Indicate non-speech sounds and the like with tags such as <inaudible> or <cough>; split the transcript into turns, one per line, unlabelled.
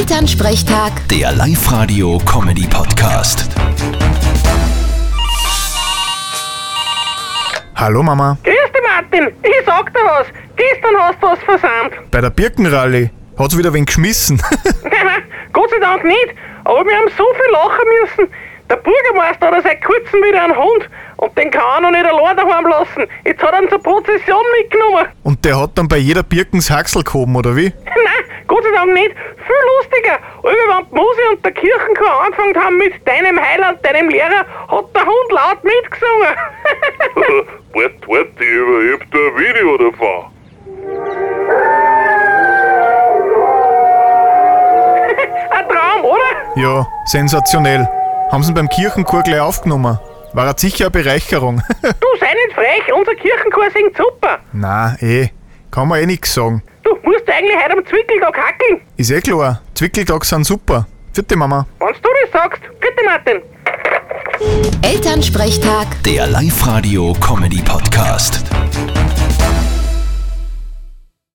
Elternsprechtag,
Der Live-Radio-Comedy-Podcast.
Hallo Mama,
Grüß dich, Martin. Ich sag dir was. Gestern hast du was versandt.
bei der Birkenrallye hat's wieder wen geschmissen.
<laughs>
<laughs>
Nein, Gott sei Dank nicht. Aber wir haben so viel lachen müssen. Der Bürgermeister hat seit kurzem wieder einen Hund. Und den kann er noch nicht allein daheim lassen. Jetzt hat er ihn zur Prozession mitgenommen. <laughs>
Und der hat dann bei jeder Birkens Haxel gehoben, oder wie?
Nein, Gott sei Dank nicht. Viel lustiger. Über wenn die Mose und der Kirchenchor angefangen haben mit deinem Heiland, deinem Lehrer, hat der Hund laut mitgesungen. <laughs>
Wart, wart, ich hab da ein Video davon.
Ein Traum, oder?
Ja, sensationell. Haben sie ihn beim Kirchenchor gleich aufgenommen. War halt sicher eine Bereicherung. <laughs>
Du sei nicht frech. Unser Kirchenchor singt super.
Na, eh, kann man eh nix sagen.
Du musst eigentlich heute am Zwickeltag hackeln.
Ist eh klar, Zwickeltag sind super. Vierte Mama.
Wenn du das sagst, bitte Martin.
Elternsprechtag.
Der Live-Radio-Comedy-Podcast.